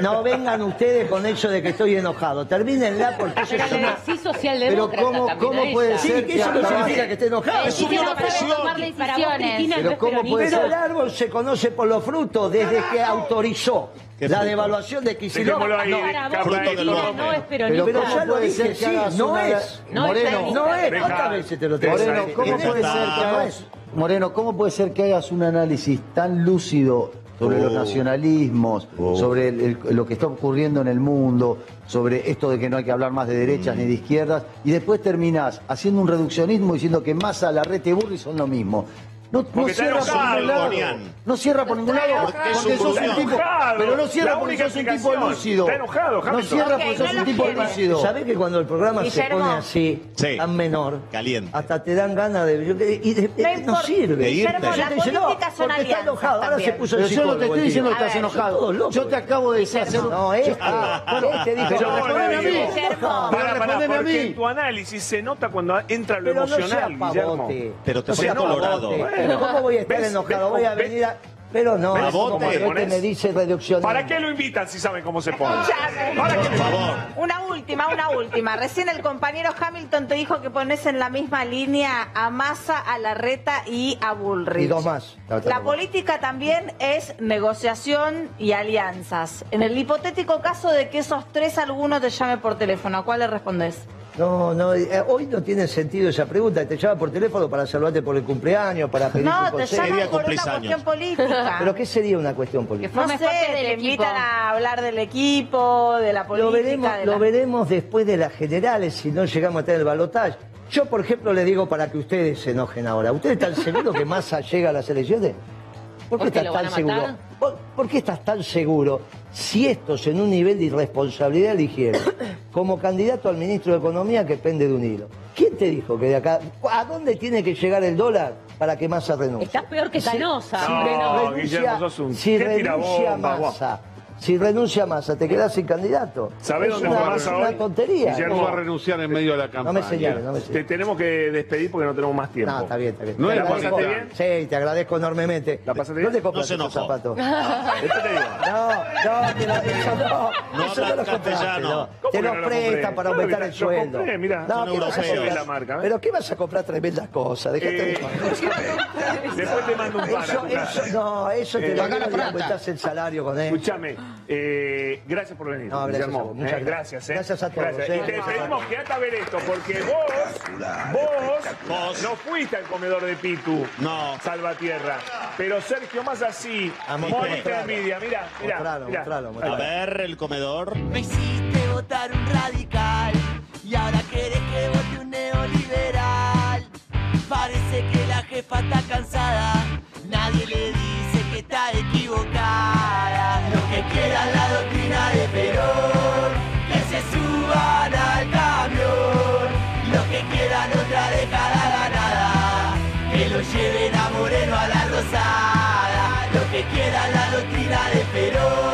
No, no vengan ustedes con eso de que estoy enojado. Termínenla porque eso es Pero le una... decís socialdemócrata cómo- también cómo a ella. puede Sí, ser que eso no acabás- significa que esté enojado. Le subió Pero la ¿cómo presión. puede ser? Para vos, Cristina, no Pero es ¿cómo puede peronista. Pero ser? el árbol se conoce por los frutos desde que autorizó ¿Qué la fruto? devaluación de Kicillof. Dejémoslo ahí, Para vos, Carla, Cristina, ahí lo no es rompe. peronista. Pero ¿cómo ya lo puede dije, ser que sí, hagas no una- es. No es Moreno, peronista. No es, Deja. ¿cuántas veces este te lo tengo que Moreno, decir? ¿cómo En puede esta- ser que hagas, Moreno, ¿cómo puede ser que hagas un análisis tan lúcido sobre los nacionalismos, sobre el- el- lo que está ocurriendo en el mundo, sobre esto de que no hay que hablar más de derechas ni de izquierdas, y después terminás haciendo un reduccionismo diciendo que Massa, Larrete y Burri son lo mismo? No, no Porque está cierra por enojado, ningún lado. Bonian. No cierra por ningún lado. Porque, es un sos un enojado. tipo. Pero no La cierra porque única sos un tipo explicación. lúcido. Está enojado, No Hamilton. cierra Ok, porque no sos lo un tipo quiere. lúcido. ¿Sabés que cuando el programa Guillermo. se pone así, Sí. tan menor, Caliente. hasta te dan ganas de... yo- Y de- No no importa. sirve. De irte. Guillermo, Ya las te dice, no, políticas son porque está alianzas enojado, ahora se también. puso Pero el yo no te psicólogo, estoy diciendo que A estás ver, todos enojado. locos. Yo te acabo de decir hacer un... No, este. Ah, Este dijo, Yo "Respondeme no le a mí". digo. Guillermo. Pará, pará, Respondeme a porque mí. en tu análisis se nota cuando entra lo Pero no sea emocional, Guillermo. pavote. Pero te No sea pone colorado. pavote. Bueno. ¿Cómo voy a estar ¿Ves? enojado? ¿Ves? Voy a ¿Ves? venir a... Pero no, ¿Ves es como cómo te el que pones? me dice reducción. ¿Para qué lo invitan si saben cómo se pone? Escuchame. ¿Para qué Por lo- favor. Una última, una última. Recién el compañero Hamilton te dijo que pones en la misma línea a Massa, a Larreta y a Bullrich. Y dos más. La política también es negociación y alianzas. En el hipotético caso de que esos tres alguno te llame por teléfono, ¿a cuál le respondes? No, no, eh, hoy no tiene sentido esa pregunta. Te llama por teléfono para saludarte por el cumpleaños, para pedir No, un te consejo. llaman Quería por cumplir una cuestión años. política. ¿Pero qué sería una cuestión Que política? No formes sé, parte del te equipo. invitan a hablar del equipo, de la política. Lo veremos, de lo la- veremos después de las generales, si no llegamos a tener el balotaje. Yo, por ejemplo, le digo para que ustedes se enojen ahora. ¿Ustedes están seguros que Massa llega a las elecciones? ¿Por qué ¿Porque estás lo tan van a seguro? matar? ¿Por, por qué estás tan seguro si estos en un nivel de irresponsabilidad eligieron como candidato al ministro de Economía que pende de un hilo? ¿Quién te dijo que de acá... ¿A dónde tiene que llegar el dólar para que Massa renuncie? Estás peor que Canosa. No, Pero Guillermo, sos un- si qué renuncia tirabomba, vos. Massa, si renuncia Massa, te quedás sin candidato. ¿Sabés Es dónde una, fue Massa es una hoy? tontería. Guillermo ¿Cómo va a renunciar en medio de la No campaña? me señales, no me Te señales. tenemos que despedir porque no tenemos más tiempo. No, está bien, está bien. No Te era agradezco- pasaste bien. Sí, te agradezco enormemente. ¿La pasaste ¿Dónde bien? compraste No se esos enojó. zapatos? Después te digo. No, no, te lo, eso no, No eso no hablas lo compraste, castellano. no. ¿Cómo Te que los no lo compré? prestan para Claro que aumentar lo el sueldo. compré, mirá. No, Son ¿qué vas a europeos. comprar? Es la marca, ¿eh? Pero ¿qué vas a comprar tremendas cosas? Dejate de Eh, Después te mando un par. a Eso, tu casa. eso, no, eso te Eh, lo acá la digo y aumentás el salario con él. Escúchame, eh, gracias por venir. No, gracias Guillermo, a vos, muchas eh, gracias. gracias, eh. Gracias a todos, eh. Y te Gracias. pedimos que hasta ver esto, porque vos, vos no fuiste al comedor de Pitu, No. Salvatierra. Pero Sergio más así, Ah, mostralo, Mónica Envidia, mirá, mirá. Mostralo, mirá. mostralo, A mostralo. ver, el comedor. Me hiciste votar un radical y ahora querés que vote un neoliberal. Parece que la jefa está cansada, nadie le dice que está equivocada. Lo que queda es la doctrina de Perón, que se suban al camión. vida de Perón.